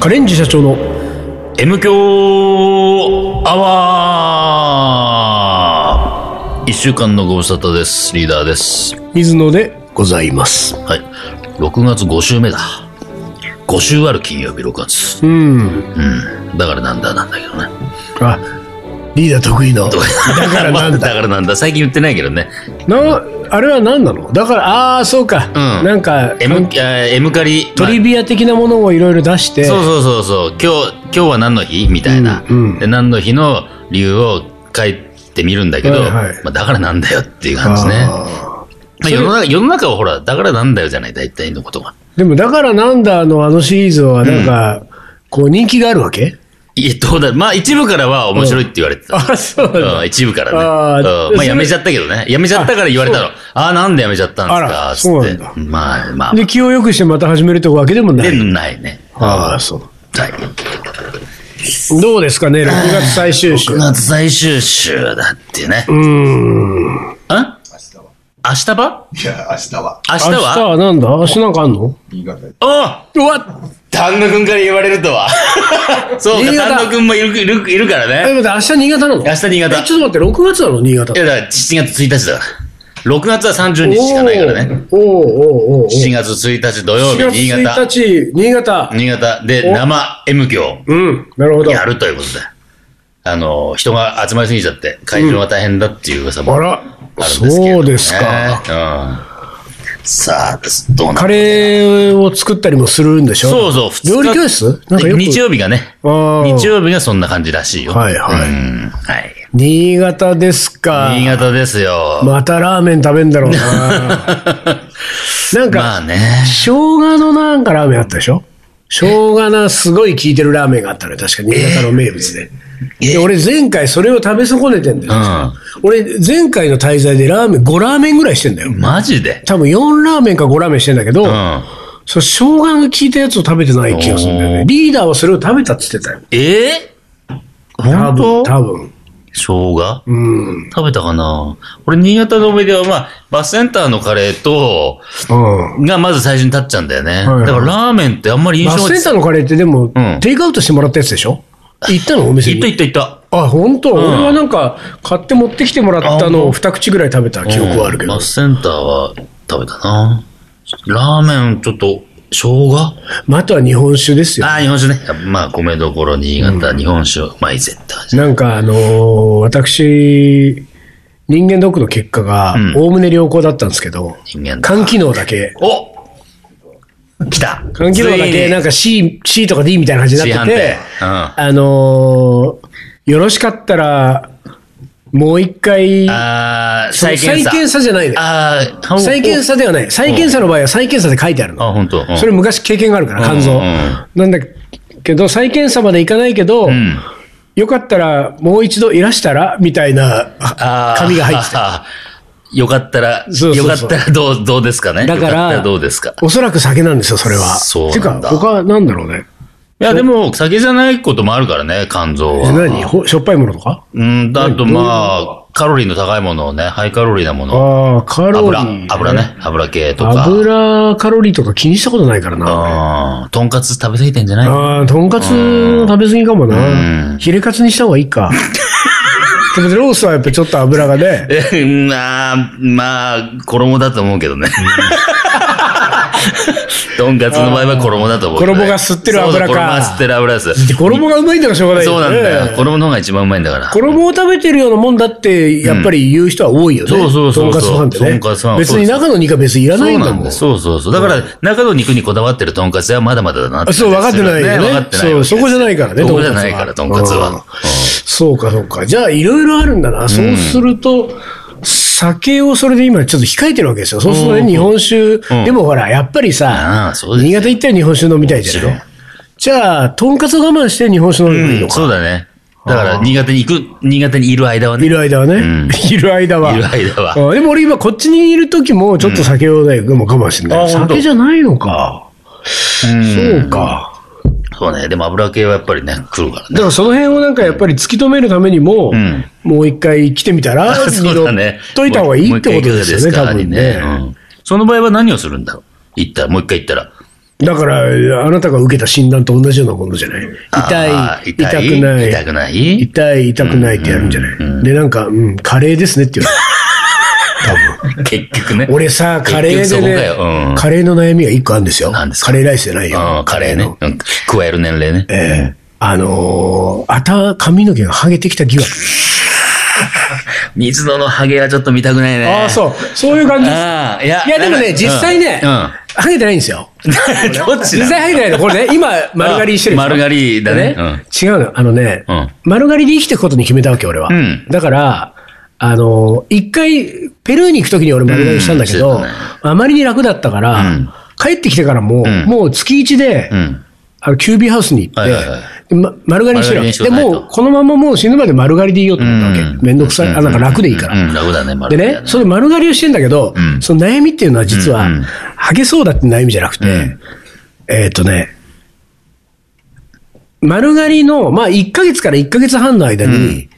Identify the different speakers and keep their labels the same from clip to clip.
Speaker 1: カレンジ社長の
Speaker 2: M 強アワー一週間のご無沙汰です。リーダーです。
Speaker 1: 水野でございます。
Speaker 2: はい。6月5週目だ。5週ある金曜日6月。
Speaker 1: うん。
Speaker 2: うん。だからなんだなんだけどね。
Speaker 1: あ、リーダー得意の。 だからなんだ。
Speaker 2: だからなんだ。最近言ってないけどね。
Speaker 1: な、あれは何なのだから、ああ、そうか。
Speaker 2: ん
Speaker 1: なんか、
Speaker 2: M、あ M カリ。
Speaker 1: トリビア的なものをいろいろ出して、
Speaker 2: そうそうそうそう。今日、今日は何の日みたいな、
Speaker 1: うんうん
Speaker 2: で。何の日の理由を書いてみるんだけど、
Speaker 1: はいはい
Speaker 2: まあ、だからなんだよっていう感じですね。ま
Speaker 1: あ
Speaker 2: あ、世の中世の中はほら、だからなんだよじゃない、大体のことが。
Speaker 1: ーでも、だからなんだのあのシリーズは、なんか、こう人気があるわけ
Speaker 2: いや、どうだまあ、一部からは面白いって言われてた。
Speaker 1: あ、そうなんだ。
Speaker 2: うん、一部から
Speaker 1: あ
Speaker 2: ね。
Speaker 1: ー
Speaker 2: うんまあ、
Speaker 1: それ
Speaker 2: やめちゃったけどね。やめちゃったから言われたの。ああ、なんでやめちゃったんです
Speaker 1: あら
Speaker 2: か
Speaker 1: そう
Speaker 2: つ
Speaker 1: な
Speaker 2: っ
Speaker 1: ん
Speaker 2: て
Speaker 1: だ。
Speaker 2: まあ、まあ、
Speaker 1: で、気を良くしてまた始めるってわけでもな
Speaker 2: で、
Speaker 1: い。
Speaker 2: ないね。
Speaker 1: ああ、そう。
Speaker 2: はい。
Speaker 1: どうですかね、6月最終週。
Speaker 2: 9
Speaker 1: う
Speaker 2: 月最終週だってね。
Speaker 1: ーん。
Speaker 2: あ
Speaker 3: 明日は。
Speaker 2: 明日はい
Speaker 3: や、明日は。
Speaker 2: 明日
Speaker 1: 明日
Speaker 2: は
Speaker 1: はなんだ明日なんかあんの
Speaker 3: 新潟で。
Speaker 2: あ
Speaker 1: うわっ
Speaker 2: 丹野くんから言われるとは。 そうか、
Speaker 1: 新潟
Speaker 2: 丹野くんもいるいるいるから
Speaker 1: え、
Speaker 2: ね。
Speaker 1: 待って、明日新潟なの
Speaker 2: 明日新潟。
Speaker 1: えちょっと待って、6月なの新潟
Speaker 2: い。や、だから7月1日だから。6月は30日しかないからね。
Speaker 1: おー。おーおーおーおー
Speaker 2: 7月1日土曜
Speaker 1: 7
Speaker 2: 日、新潟。
Speaker 1: 月1日、新潟。
Speaker 2: 新潟で
Speaker 1: お
Speaker 2: 生 M 響
Speaker 1: うん、なるほど。
Speaker 2: やるということで、あの、人が集まりすぎちゃって、会場が大変だっていう噂も
Speaker 1: あ
Speaker 2: あるん
Speaker 1: ら、
Speaker 2: ですけれど、ね。
Speaker 1: そうですか。。
Speaker 2: うん。さあ、どうな
Speaker 1: カ
Speaker 2: る
Speaker 1: レーを作ったりもするんでしょ
Speaker 2: そうそう、二日
Speaker 1: 料理教室なんかよく
Speaker 2: 日曜日がね、
Speaker 1: あー
Speaker 2: 日曜日がそんな感じらしいよ。
Speaker 1: はいはい
Speaker 2: うんはい。
Speaker 1: 新潟ですか。
Speaker 2: 新潟ですよ。
Speaker 1: またラーメン食べんだろうな。 なんか、
Speaker 2: まあね。
Speaker 1: 生姜のなんかラーメンあったでしょ生姜なすごい効いてるラーメンがあったのよ。確か新潟の名物で。
Speaker 2: え
Speaker 1: で俺前回それを食べ損ねてんだよ。
Speaker 2: う
Speaker 1: 俺前回の滞在でラーメン5ラーメンぐらいしてんだよ。
Speaker 2: ん。マジで。
Speaker 1: 多分4ラーメンか5ラーメンしてんだけど、
Speaker 2: うん。
Speaker 1: その生姜が効いたやつを食べてない気がするんだよ
Speaker 2: お
Speaker 1: ね。
Speaker 2: ー
Speaker 1: リーダーはそれを食べたって言ってたよ。
Speaker 2: ええ
Speaker 1: 多
Speaker 2: 本
Speaker 1: 分、
Speaker 2: 当
Speaker 1: 多分。
Speaker 2: 生姜
Speaker 1: うん。うん。
Speaker 2: 食べたかな俺、新潟の思い出は、まあ、バスセンターのカレーと、がまず最初に立っちゃうんだよね。
Speaker 1: いはい
Speaker 2: だからラーメンってあんまり印
Speaker 1: バ
Speaker 2: 象
Speaker 1: ス
Speaker 2: が
Speaker 1: センターのカレーってでも、
Speaker 2: うん
Speaker 1: テイクアウトしてもらったやつでしょ行ったのお店
Speaker 2: 行
Speaker 1: に
Speaker 2: った。行った行った。
Speaker 1: あ、本当、
Speaker 2: ん
Speaker 1: 俺はなんか、買って持ってきてもらったのを二口ぐらい食べた記憶はあるけど。
Speaker 2: バスセンターは食べたな。ラーメン、ちょっと、生姜
Speaker 1: まあ、あとは日本酒ですよ。
Speaker 2: ああ、日本酒ね。まあ、米どころ、新潟、日本酒、うまいぜって感じ。
Speaker 1: なんか、あのー私、人間ドックの結果が
Speaker 2: ん、
Speaker 1: おおむね良好だったんですけど、
Speaker 2: 人間だ。
Speaker 1: 肝機能だけ、
Speaker 2: お来た。
Speaker 1: 肝機能だけ、なんか C、C とか D みたいな感じになってて、
Speaker 2: C 判
Speaker 1: あのーよろしかったら、もう一回、
Speaker 2: ああ、
Speaker 1: その
Speaker 2: 再検査。
Speaker 1: 再検査じゃないのよ
Speaker 2: ああ、
Speaker 1: 再検査ではない。再検査の場合は再検査で書いてあるの。
Speaker 2: あ、本当。うん
Speaker 1: それ昔経験があるから、肝臓。
Speaker 2: うんうん
Speaker 1: なんだけど、再検査までいかないけど、
Speaker 2: うん。
Speaker 1: よかったらもう一度いらしたらみたいな
Speaker 2: あー
Speaker 1: 紙が入ってた。
Speaker 2: あー よかったら、
Speaker 1: そうそうそ
Speaker 2: よ
Speaker 1: う
Speaker 2: かったらどう、どうですかね。
Speaker 1: だか
Speaker 2: よった
Speaker 1: ら、
Speaker 2: ら どうですか。
Speaker 1: おそらく酒なんですよ、それは。
Speaker 2: そう
Speaker 1: て
Speaker 2: な
Speaker 1: か
Speaker 2: んだ、
Speaker 1: 他はなんだろうね。
Speaker 2: いや、でも、酒じゃないこともあるからね、肝臓
Speaker 1: え
Speaker 2: は。
Speaker 1: 何ほしょっぱいものとか
Speaker 2: うん、だとまあ、カロリーの高いものをね、ハイカロリーなも
Speaker 1: あ
Speaker 2: の。
Speaker 1: あ、カロリ
Speaker 2: 油
Speaker 1: ー。、
Speaker 2: 油ね、油系とか。
Speaker 1: 油カロリーとか気にしたことないからな。
Speaker 2: うん、とんかつ食べ過ぎてんじゃない
Speaker 1: ああ、とんかつの食べ過ぎかも
Speaker 2: う
Speaker 1: な。
Speaker 2: ん
Speaker 1: ヒレカツにした方がいい か。でもロースはやっぱちょっと油がね。
Speaker 2: え、 うんあーまあ、衣だと思うけど ね。とんかつの場合は衣だと思うけどね、
Speaker 1: 衣が吸ってる油か
Speaker 2: そうそう衣が吸ってる油です。
Speaker 1: で衣がうまいんだからしょうがない
Speaker 2: そう
Speaker 1: よ
Speaker 2: なん
Speaker 1: ね。
Speaker 2: だよ。衣の方が一番うまいんだから。
Speaker 1: 衣を食べてるようなもんだって、やっぱり言う人は多いよね。
Speaker 2: うんそうそうそ
Speaker 1: とんか
Speaker 2: うそう
Speaker 1: つファンってね。
Speaker 2: とんかつファン
Speaker 1: 別に中の肉は別にいらないんだもん。そう
Speaker 2: そうそうそう。だから、中の肉にこだわってるとんかつはまだまだだなって。
Speaker 1: 分かってないよね。
Speaker 2: 分かって
Speaker 1: そ
Speaker 2: ないわけで
Speaker 1: う、
Speaker 2: す
Speaker 1: そ
Speaker 2: よ。
Speaker 1: こじゃないからね、
Speaker 2: そこじゃないから、とんかつ
Speaker 1: うん
Speaker 2: は。
Speaker 1: そうか、そうか。じゃあ、いろいろあるんだな。そうすると、酒をそれで今ちょっと控えてるわけですよ。そうするとね、日本酒、でもほら、やっぱり
Speaker 2: あ
Speaker 1: さ
Speaker 2: あ、そうですね
Speaker 1: 新潟行ったら日本酒飲みたいじゃ
Speaker 2: も
Speaker 1: ない
Speaker 2: ち
Speaker 1: じゃあ、とんかつを我慢して日本酒飲めばいいの
Speaker 2: うん
Speaker 1: か。
Speaker 2: そうだね。だから、新潟に行く、新潟にいる間はいね。
Speaker 1: る間はね。
Speaker 2: ん
Speaker 1: いる間は。
Speaker 2: いる間は
Speaker 1: うんでも俺今こっちにいる時もちょっと酒をね、もう我慢してんだよ。
Speaker 2: あ本当
Speaker 1: 酒じゃないのか。
Speaker 2: うん
Speaker 1: そうか。
Speaker 2: そうね。でも油系はやっぱりね、来るからね。
Speaker 1: だからその辺をなんかやっぱり突き止めるためにも、
Speaker 2: ん
Speaker 1: もう一回来てみたら、
Speaker 2: あ そうだね。
Speaker 1: 拾っといた方がいいってことですよね、多分
Speaker 2: もう一回行く
Speaker 1: ね。
Speaker 2: か にうんその場合は何をするんだろう行ったら、もう一回行ったら。
Speaker 1: だから、あなたが受けた診断と同じようなものじゃない。
Speaker 2: あー
Speaker 1: 痛い、痛くない。
Speaker 2: 痛くない
Speaker 1: 痛い、痛くないってやるんじゃない。で、なんか、うん、カレーですねって言われる。多分。
Speaker 2: 結局ね。
Speaker 1: 俺 さ、カレ
Speaker 2: 結
Speaker 1: ーで
Speaker 2: 局そこ
Speaker 1: ね
Speaker 2: だようん、
Speaker 1: カレーの悩みが一個あるんですよ。
Speaker 2: 何ですか
Speaker 1: カレーライスじゃない
Speaker 2: あ
Speaker 1: よ
Speaker 2: あ。カレーね。うん加える年齢ね。
Speaker 1: ええ。あのー、あた、髪の毛が剥げてきた疑惑。
Speaker 2: 水野のハゲはちょっと見たくないね。
Speaker 1: ああ、そう。そういう感じです。
Speaker 2: ああ、いや、
Speaker 1: いや、でも
Speaker 2: な
Speaker 1: ね、
Speaker 2: んか
Speaker 1: 実際ね、
Speaker 2: うん。
Speaker 1: 剥げてないんですよ。
Speaker 2: うん どっち
Speaker 1: 実
Speaker 2: だ
Speaker 1: 際剥げてないの。これね、今、丸刈りしてるでしょ
Speaker 2: 丸刈りだね。
Speaker 1: で違うの。あのね、
Speaker 2: うん
Speaker 1: 丸刈りで生きていくことに決めたわけ、俺は。
Speaker 2: うん
Speaker 1: だから、あの、一回、ペルーに行くときに俺丸刈りしたんだけど、
Speaker 2: うんそうだね
Speaker 1: あまりに楽だったから、
Speaker 2: うん
Speaker 1: 帰ってきてからも、
Speaker 2: ん
Speaker 1: もう月1で、
Speaker 2: うん。うん。
Speaker 1: あの、キュービーハウスに行って、
Speaker 2: はいはいはい
Speaker 1: でま丸刈りにしてるわけ。
Speaker 2: 丸刈りにしよ
Speaker 1: で
Speaker 2: う
Speaker 1: も
Speaker 2: と
Speaker 1: う、このままもう死ぬまで丸刈りでいいよと思ったわけ。
Speaker 2: うん
Speaker 1: めんどくさい。あ、なんか楽でいいから。
Speaker 2: うん、楽だね、丸
Speaker 1: で
Speaker 2: 刈り
Speaker 1: ね
Speaker 2: は。、
Speaker 1: それ丸刈りをしてんだけど、
Speaker 2: うん
Speaker 1: その悩みっていうのは実は、
Speaker 2: うんうん
Speaker 1: ハゲそうだって悩みじゃなくて、
Speaker 2: うん
Speaker 1: えっ、とね、丸刈りの、まあ1ヶ月から1ヶ月半の間に、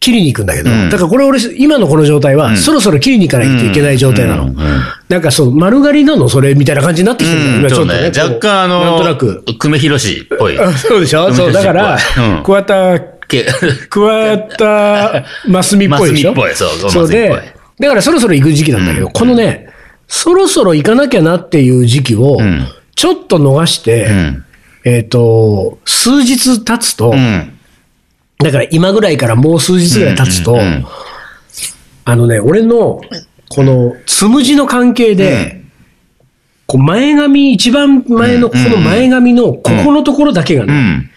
Speaker 1: 切りに行くんだけど、
Speaker 2: うん
Speaker 1: だからこれ俺、今のこの状態は、そろそろ切りに行かないといけない状態なの。
Speaker 2: うんうんうん
Speaker 1: なんかそう、丸刈りなのそれみたいな感じになってきてるんだよ、
Speaker 2: うん
Speaker 1: 今ち
Speaker 2: そ
Speaker 1: ょ
Speaker 2: う
Speaker 1: っとね
Speaker 2: ね。。若干あの、
Speaker 1: なんとなく。
Speaker 2: 久米宏っぽい。
Speaker 1: あ そうでしょそう、だから
Speaker 2: うん、
Speaker 1: 桑田
Speaker 2: け
Speaker 1: 桑田真澄っぽいでしょ
Speaker 2: 真澄っぽいそう
Speaker 1: そうで
Speaker 2: 真澄っぽ、
Speaker 1: だからそろそろ行く時期なんだけど、このね、そろそろ行かなきゃなっていう時期を
Speaker 2: ん、
Speaker 1: ちょっと逃して、
Speaker 2: うん
Speaker 1: えっ、と、数日経つと、
Speaker 2: うん。
Speaker 1: だから今ぐらいからもう数日ぐらい経つと、
Speaker 2: うんうんうん
Speaker 1: あのね、俺の、この、つむじの関係で、こう前髪、一番前の、この前髪の、ここのところだけがね、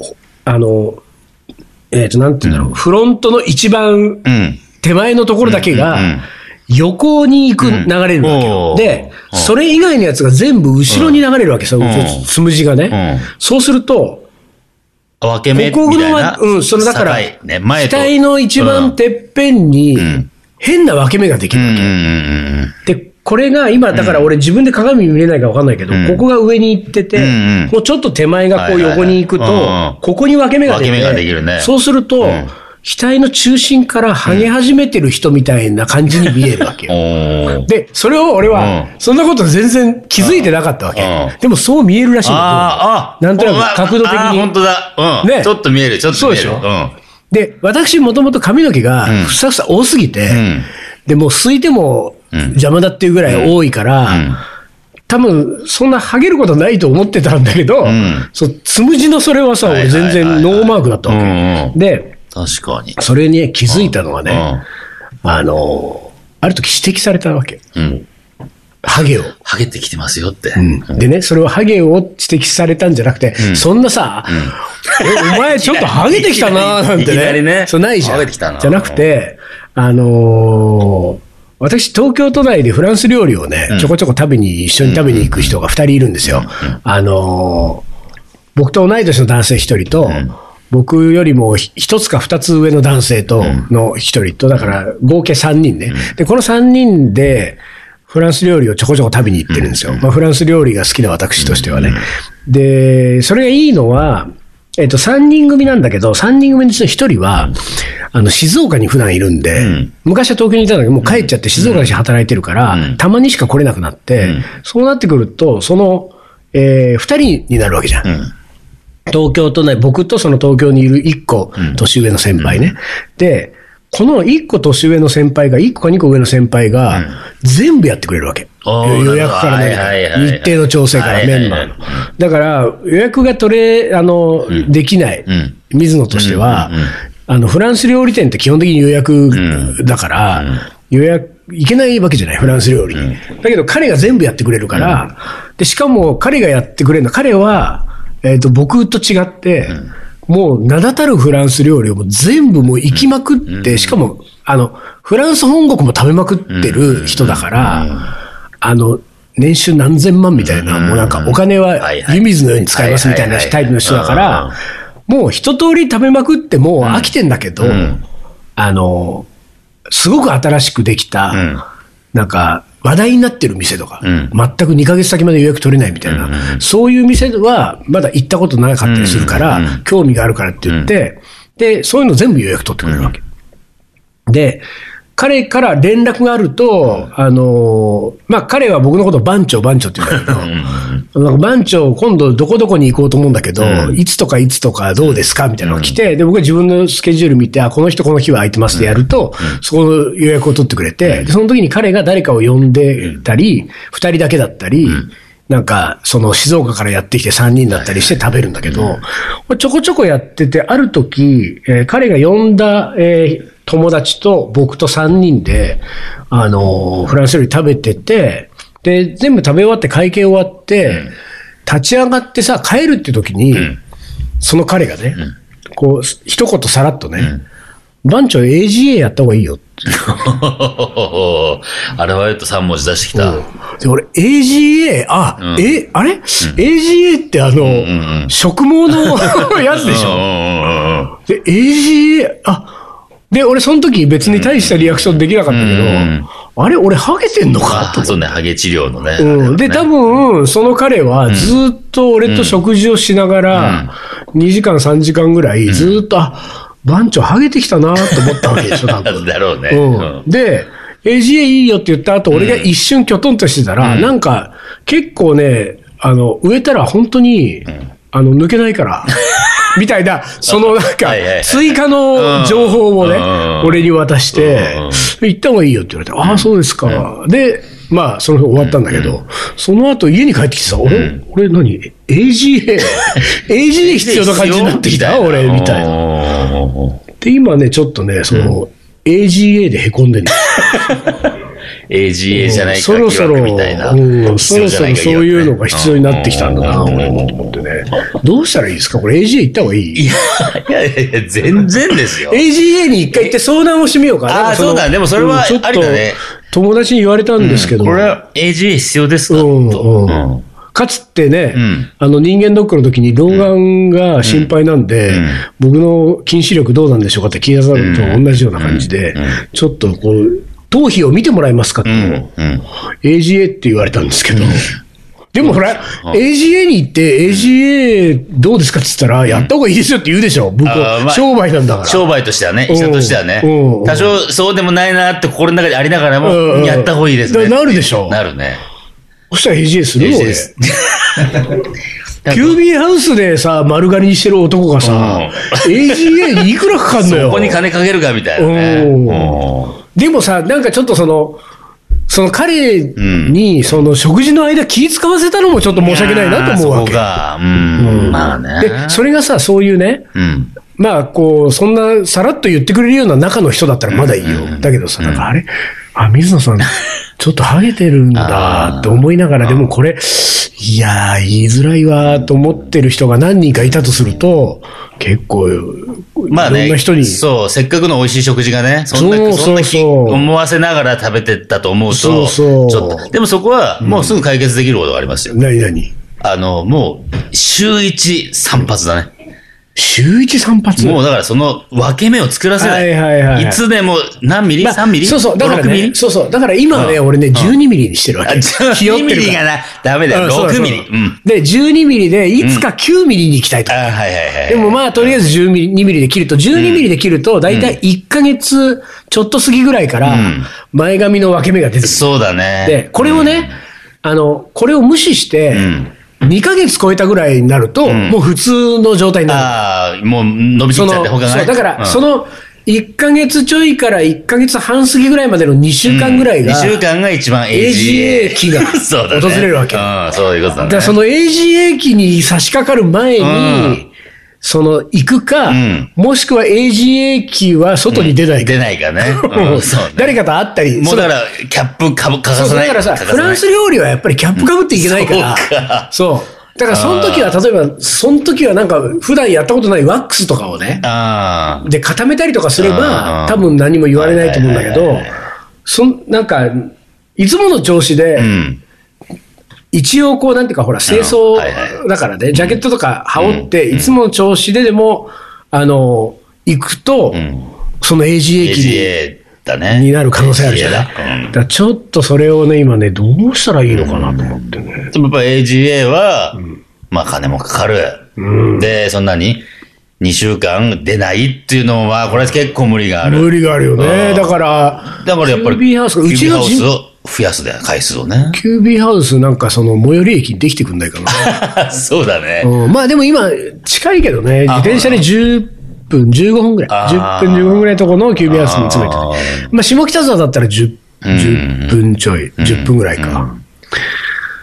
Speaker 2: うん。
Speaker 1: あの、えっ、と、なんて言うんだろう、フロントの一番
Speaker 2: うん。
Speaker 1: 手前のところだけが
Speaker 2: うんうんうん、
Speaker 1: 横に行く流れるわけ
Speaker 2: うんお
Speaker 1: よ。
Speaker 2: ー
Speaker 1: で
Speaker 2: う、ん
Speaker 1: それ以外のやつが全部後ろに流れるわけ、その
Speaker 2: うん
Speaker 1: つむじがね
Speaker 2: うん。
Speaker 1: そうすると、
Speaker 2: 分け目み
Speaker 1: ここ
Speaker 2: たい
Speaker 1: の
Speaker 2: な
Speaker 1: は、。うん、そのだから、
Speaker 2: 境ね、前と。
Speaker 1: 額の一番てっぺんに
Speaker 2: ん、
Speaker 1: 変な分け目ができ
Speaker 2: うん
Speaker 1: る。
Speaker 2: うんうん
Speaker 1: で、これが今、だから俺自分で鏡見れないから分かんないけど、
Speaker 2: うん
Speaker 1: ここが上に行ってて、
Speaker 2: うんうん
Speaker 1: もうちょっと手前がこう横に行くと、
Speaker 2: はいはいはいうん
Speaker 1: ここに分け目ができて
Speaker 2: 分け目ができるね
Speaker 1: そうすると、
Speaker 2: ん
Speaker 1: 額の中心から剥げ始めてる人みたいな感じに見えるわけ
Speaker 2: う
Speaker 1: よ。
Speaker 2: ん。おー
Speaker 1: で、それを俺は
Speaker 2: う、
Speaker 1: そんなこと全然気づいてなかったわけ。
Speaker 2: うん
Speaker 1: でもそう見えるらしいんだ
Speaker 2: あーあー、
Speaker 1: なんとなく
Speaker 2: うわ
Speaker 1: 角度的に
Speaker 2: あー本当だ。うん。
Speaker 1: ね
Speaker 2: ちょっと見える、ちょっと見える。
Speaker 1: そうでしょ
Speaker 2: ん。
Speaker 1: けど。で、私もともと髪の毛が
Speaker 2: うん
Speaker 1: ふさふさ多すぎて、
Speaker 2: ん
Speaker 1: で、もうすいても邪魔だっていうぐらい多いから、
Speaker 2: うん
Speaker 1: 多分そんなハゲることないと思ってたんだけど、
Speaker 2: ん
Speaker 1: そうつむじのそれはさ、
Speaker 2: はい
Speaker 1: 俺
Speaker 2: はいはいは
Speaker 1: 全然
Speaker 2: い
Speaker 1: ノーマークだったわけ。
Speaker 2: うんうん
Speaker 1: で、
Speaker 2: 確かに。
Speaker 1: それに気づいたのはね、
Speaker 2: う
Speaker 1: あの、ある時指摘されたわけ。
Speaker 2: ん。うん。
Speaker 1: ハゲを。
Speaker 2: ハゲてきてますよって。
Speaker 1: でね、それはハゲを指摘されたんじゃなくて、そんなさ、えお前ちょっとハゲてきたななん
Speaker 2: いき
Speaker 1: て
Speaker 2: な
Speaker 1: ね、
Speaker 2: りね
Speaker 1: そうないじゃん。
Speaker 2: ハゲてきたな
Speaker 1: じゃなくて、あのー私、東京都内でフランス料理をね、ちょこちょこ食べに、一緒に食べに行く人が2人いるんですよ。あのー僕と同い年の男性1人と、僕よりも1つか2つ上の男性と、の1人と、だから合計3人ね。で、この3人で、フランス料理をちょこちょこ食べに行ってるんですよ。まあ、フランス料理が好きな私としてはね。で、それがいいのは、えっと、3人組なんだけど、3人組のうちの1人は、あの、静岡に普段いるんで、昔は東京にいたんだけど、もう帰っちゃって静岡市働いてるから、たまにしか来れなくなって、そうなってくると、その、えー、2人になるわけじゃん。東京都内、僕とその東京にいる1個年上の先輩ね。で、この1個年上の先輩が、1個か2個上の先輩が、全部やってくれるわけ。
Speaker 2: おー
Speaker 1: 予約から何か
Speaker 2: はいはい
Speaker 1: ら
Speaker 2: はいはい
Speaker 1: 日程の調整から
Speaker 2: はいはいはい
Speaker 1: メンバーの。だから、予約が取れ、あの、できない、
Speaker 2: ん
Speaker 1: 水野としては、あの、フランス料理店って基本的に予約だから、予約、いけないわけじゃない、フランス料理。だけど彼が全部やってくれるから、で、しかも彼がやってくれるの、彼は、えっ、と、僕と違って、もう名だたるフランス料理をもう全部もう行きまくって、しかも、あの、フランス本国も食べまくってる人だから、あの、年収何千万みたいな、もうなんかお金は
Speaker 2: はいはい
Speaker 1: 湯水のように使いますみたいな
Speaker 2: はいはいはい
Speaker 1: タイプの人だか
Speaker 2: うん
Speaker 1: ら、もう一通り食べまくってもう飽きてんだけど、あの、すごく新しくできた、
Speaker 2: ん
Speaker 1: なんか、話題になってる店とか、
Speaker 2: ん
Speaker 1: 全く2ヶ月先まで予約取れないみたいな、そういう店はまだ行ったことなかったりするから、興味があるからって言って、で、そういうの全部予約取ってくれるわけ。で、彼から連絡があると、あのーまあ、彼は僕のことを番長、番長って言うんだけど、なんか番長、今度どこどこに行こうと思うんだけど、
Speaker 2: うん
Speaker 1: いつとかいつとかどうですかみたいなのが来て、で、僕は自分のスケジュール見て、あ、この人この日は空いてますってやると、そこの予約を取ってくれて、でその時に彼が誰かを呼んでたり、二、人だけだったり、なんか、その静岡からやってきて3人だったりして食べるんだけど、ちょこちょこやってて、ある時、えー彼が呼んだ、えー友達と僕と3人で、あのーフランス料理食べてて、で、全部食べ終わって会計終わって、立ち上がってさ、帰るって時に、その彼がね、こう、一言さらっとね、番長 AGA やった方がいいよって。
Speaker 2: アルファベット3文字出してきた。
Speaker 1: で、俺、AGA、あ、
Speaker 2: うん
Speaker 1: え、あれ、?AGA ってあの、
Speaker 2: うん
Speaker 1: 食毛の やつでし
Speaker 2: う
Speaker 1: ょ
Speaker 2: んうんうんうん
Speaker 1: で、AGA、あ、で、俺その時別に大したリアクションできなかったけど、
Speaker 2: うん
Speaker 1: あれ、俺ハゲてんのか
Speaker 2: あそうね、ハゲ治療のね。
Speaker 1: うん、で、多分、その彼はずっと俺と食事をしながら、2時間、3時間ぐらい、ずっと、あ、番長ハゲてきたなと思ったわけでしょ、多分。
Speaker 2: だろうね。
Speaker 1: うん、で、AGA いいよって言った後、俺が一瞬きょとんとしてたら、なんか、結構ね、あの、植えたら本当に、あの、抜けない から、みたいな、そのなんか
Speaker 2: はいはいは、い
Speaker 1: 追加の情報をね
Speaker 2: うん、
Speaker 1: 俺に渡して
Speaker 2: うん、
Speaker 1: 行った方がいいよって言われて、ああ、そうですか。で、まあ、その日終わったんだけど、その後家に帰ってきてさ、俺、俺何 ?AGA、AGA 必要な感じになってきた俺、みたいな。
Speaker 2: な。
Speaker 1: で、今ね、ちょっとね、その、AGA で凹んでるんだ
Speaker 2: AGA じゃないか、
Speaker 1: そろそろ、
Speaker 2: 疑惑みたいな
Speaker 1: うん、そろそろそういうのが必要になってきたんだな、
Speaker 2: う
Speaker 1: 俺もと思ってね。どうしたらいいですかこれ AGA 行った方がいい
Speaker 2: いやいやいや、全然ですよ。
Speaker 1: ?AGA に一回行って相談をしてみようか
Speaker 2: あー
Speaker 1: なんかの
Speaker 2: そうだでもそれは
Speaker 1: うんちょっと
Speaker 2: ありだね
Speaker 1: 友達に言われたんですけど、
Speaker 2: これは AGA 必要ですか
Speaker 1: うん
Speaker 2: と。
Speaker 1: うんかつてね、
Speaker 2: うん
Speaker 1: あの人間ドックの時に老眼が心配なんで、
Speaker 2: うん
Speaker 1: 僕の近視力どうなんでしょうかって聞いたのと同じような感じで、ちょっとこう、頭皮を見てもらえますかって、
Speaker 2: うん。
Speaker 1: AGA って言われたんですけど、でもほら、AGA に行って、AGA どうですかって言ったら、やった方がいいですよって言うでしょ、僕
Speaker 2: あーま
Speaker 1: は。
Speaker 2: あ
Speaker 1: 商売なんだから。
Speaker 2: 商売としてはね、
Speaker 1: うん
Speaker 2: 医者としてはね
Speaker 1: うん、
Speaker 2: 多少そうでもないなって心の中でありながら
Speaker 1: う
Speaker 2: も
Speaker 1: んうん、
Speaker 2: やった方がいいですね。
Speaker 1: ななるでしょ
Speaker 2: なるね。
Speaker 1: そしたら AGA するよ、
Speaker 2: AGA
Speaker 1: 俺
Speaker 2: で。す
Speaker 1: キュービーハウスでさ、丸刈りにしてる男がさ、AGA いくらかかんのよ。
Speaker 2: ここに金かけるかみたいなね。
Speaker 1: うん
Speaker 2: うん
Speaker 1: でもさ、なんかちょっとその、その彼に、その食事の間気使わせたのもちょっと申し訳ないなと思うわけ。
Speaker 2: いやーそこが、うん、まあね。
Speaker 1: で、それがさ、そういうね、
Speaker 2: うん。
Speaker 1: まあ、こう、そんな、さらっと言ってくれるような中の人だったらまだいいよ。だけどさ、なんかあれ、あ、水野さん、ちょっとハゲてるんだって思いながら、でもこれ、いやー、言いづらいわーと思ってる人が何人かいたとすると、結構、いろん
Speaker 2: まあね、
Speaker 1: な人に、
Speaker 2: そう、せっかくの美味しい食事がね、そんな、
Speaker 1: そうそうそう
Speaker 2: そんな気思わせながら食べてったと思うと、
Speaker 1: そうそう
Speaker 2: ちょっと、でもそこは、もうすぐ解決できることがありますよ。
Speaker 1: 何何
Speaker 2: あの、もう、週一散髪だね。
Speaker 1: 週一散髪
Speaker 2: もうだからその分け目を作らせな
Speaker 1: はい
Speaker 2: い。
Speaker 1: はいはいはい
Speaker 2: つでも、何ミリ、
Speaker 1: まあ
Speaker 2: ?3 ミリ
Speaker 1: そうそう、だから
Speaker 2: ?5 6ミ
Speaker 1: ね、
Speaker 2: リ
Speaker 1: そうそう、だから今ね、俺ね、12ミリにしてるわけ。ひよっ
Speaker 2: 2
Speaker 1: て
Speaker 2: ミ
Speaker 1: る
Speaker 2: リ
Speaker 1: か
Speaker 2: が
Speaker 1: ら。
Speaker 2: な、ダメだ
Speaker 1: う
Speaker 2: よ、
Speaker 1: んそうだ
Speaker 2: 6
Speaker 1: そう
Speaker 2: ミ
Speaker 1: だ
Speaker 2: リ。うん。
Speaker 1: で、12ミリで、いつか9ミリに行きたいと
Speaker 2: あ。はいはいはい。
Speaker 1: でもまあ、とりあえず12ミリで切ると、12ミリで切ると、だいたい1ヶ月ちょっと過ぎぐらいから
Speaker 2: ん、
Speaker 1: 前髪の分け目が出てく
Speaker 2: そうだね。
Speaker 1: る。で、これをね、あの、これを無視して
Speaker 2: ん、
Speaker 1: 2ヶ月超えたぐらいになると、
Speaker 2: ん
Speaker 1: もう普通の状態になる。
Speaker 2: ああ、もう伸びて
Speaker 1: そ
Speaker 2: き
Speaker 1: の
Speaker 2: ちゃって、他が
Speaker 1: そ
Speaker 2: ね。
Speaker 1: うだから、
Speaker 2: うん
Speaker 1: その1ヶ月ちょいから1ヶ月半過ぎぐらいまでの2週間ぐらいが、
Speaker 2: 2週間が一番 AGA。
Speaker 1: AGA 期が
Speaker 2: そうだね。
Speaker 1: 訪れるわけ。
Speaker 2: うん、そういうことだね。
Speaker 1: だからその AGA 期に差し掛かる前に、
Speaker 2: うん
Speaker 1: その行くか、
Speaker 2: うん
Speaker 1: もしくは AGA 期は外に出ないか、
Speaker 2: 出ないから ね。うんそうね。
Speaker 1: 誰かと会ったり、
Speaker 2: もうだ
Speaker 1: その
Speaker 2: から、キャップかぶ欠か
Speaker 1: そ
Speaker 2: さ
Speaker 1: う
Speaker 2: な
Speaker 1: だ
Speaker 2: い。
Speaker 1: からさ、
Speaker 2: 欠
Speaker 1: フ
Speaker 2: さない
Speaker 1: ランス料理はやっぱりキャップかぶっていけないから、
Speaker 2: そうか
Speaker 1: そうだからその時は、例えば、その時はなんか、普段やったことないワックスとかをね、
Speaker 2: ああ。
Speaker 1: で固めたりとかすれ
Speaker 2: う
Speaker 1: ば
Speaker 2: ん、
Speaker 1: 多分何も言われないと思うんだけ
Speaker 2: は
Speaker 1: ど
Speaker 2: いはいはいは、
Speaker 1: そんなんか、いつもの調子で、
Speaker 2: うん。
Speaker 1: 一応こう、なんていうか、ほら、清
Speaker 2: うん
Speaker 1: 掃
Speaker 2: はいは
Speaker 1: だからね、ジャケットとか羽織って、いつもの調子ででも、あの、行くと
Speaker 2: ん、
Speaker 1: その AGA 機
Speaker 2: AGA だね。
Speaker 1: になる可能性あるじゃ
Speaker 2: AGA
Speaker 1: な
Speaker 2: だ
Speaker 1: いだからちょっとそれをね、今ね、どうしたらいいのかなと思ってね。
Speaker 2: でもやっぱ AGA は、まあ金もかかる。で、そんなに、 2週間出ないっていうのは、これは結構無理がある。
Speaker 1: 無理があるよね。
Speaker 2: うん
Speaker 1: だから、
Speaker 2: だからやっぱ
Speaker 1: キュー
Speaker 2: り、
Speaker 1: ビーハウス、う
Speaker 2: キュー
Speaker 1: ち
Speaker 2: ビー
Speaker 1: の
Speaker 2: ハウ
Speaker 1: じ
Speaker 2: スを増やすだよ、回数をね。
Speaker 1: キュービーハウスなんかその最寄り駅にできてくんないかな。
Speaker 2: そうだね。
Speaker 1: うん、まあでも今、近いけどね、自転車で10分、15分ぐらい、
Speaker 2: あ
Speaker 1: 10分、
Speaker 2: ー
Speaker 1: 15分ぐらいのとこのキュービアスに詰めて
Speaker 2: あ
Speaker 1: ねまあ下北沢だったら 10, 10分ちょい、10分ぐらいか。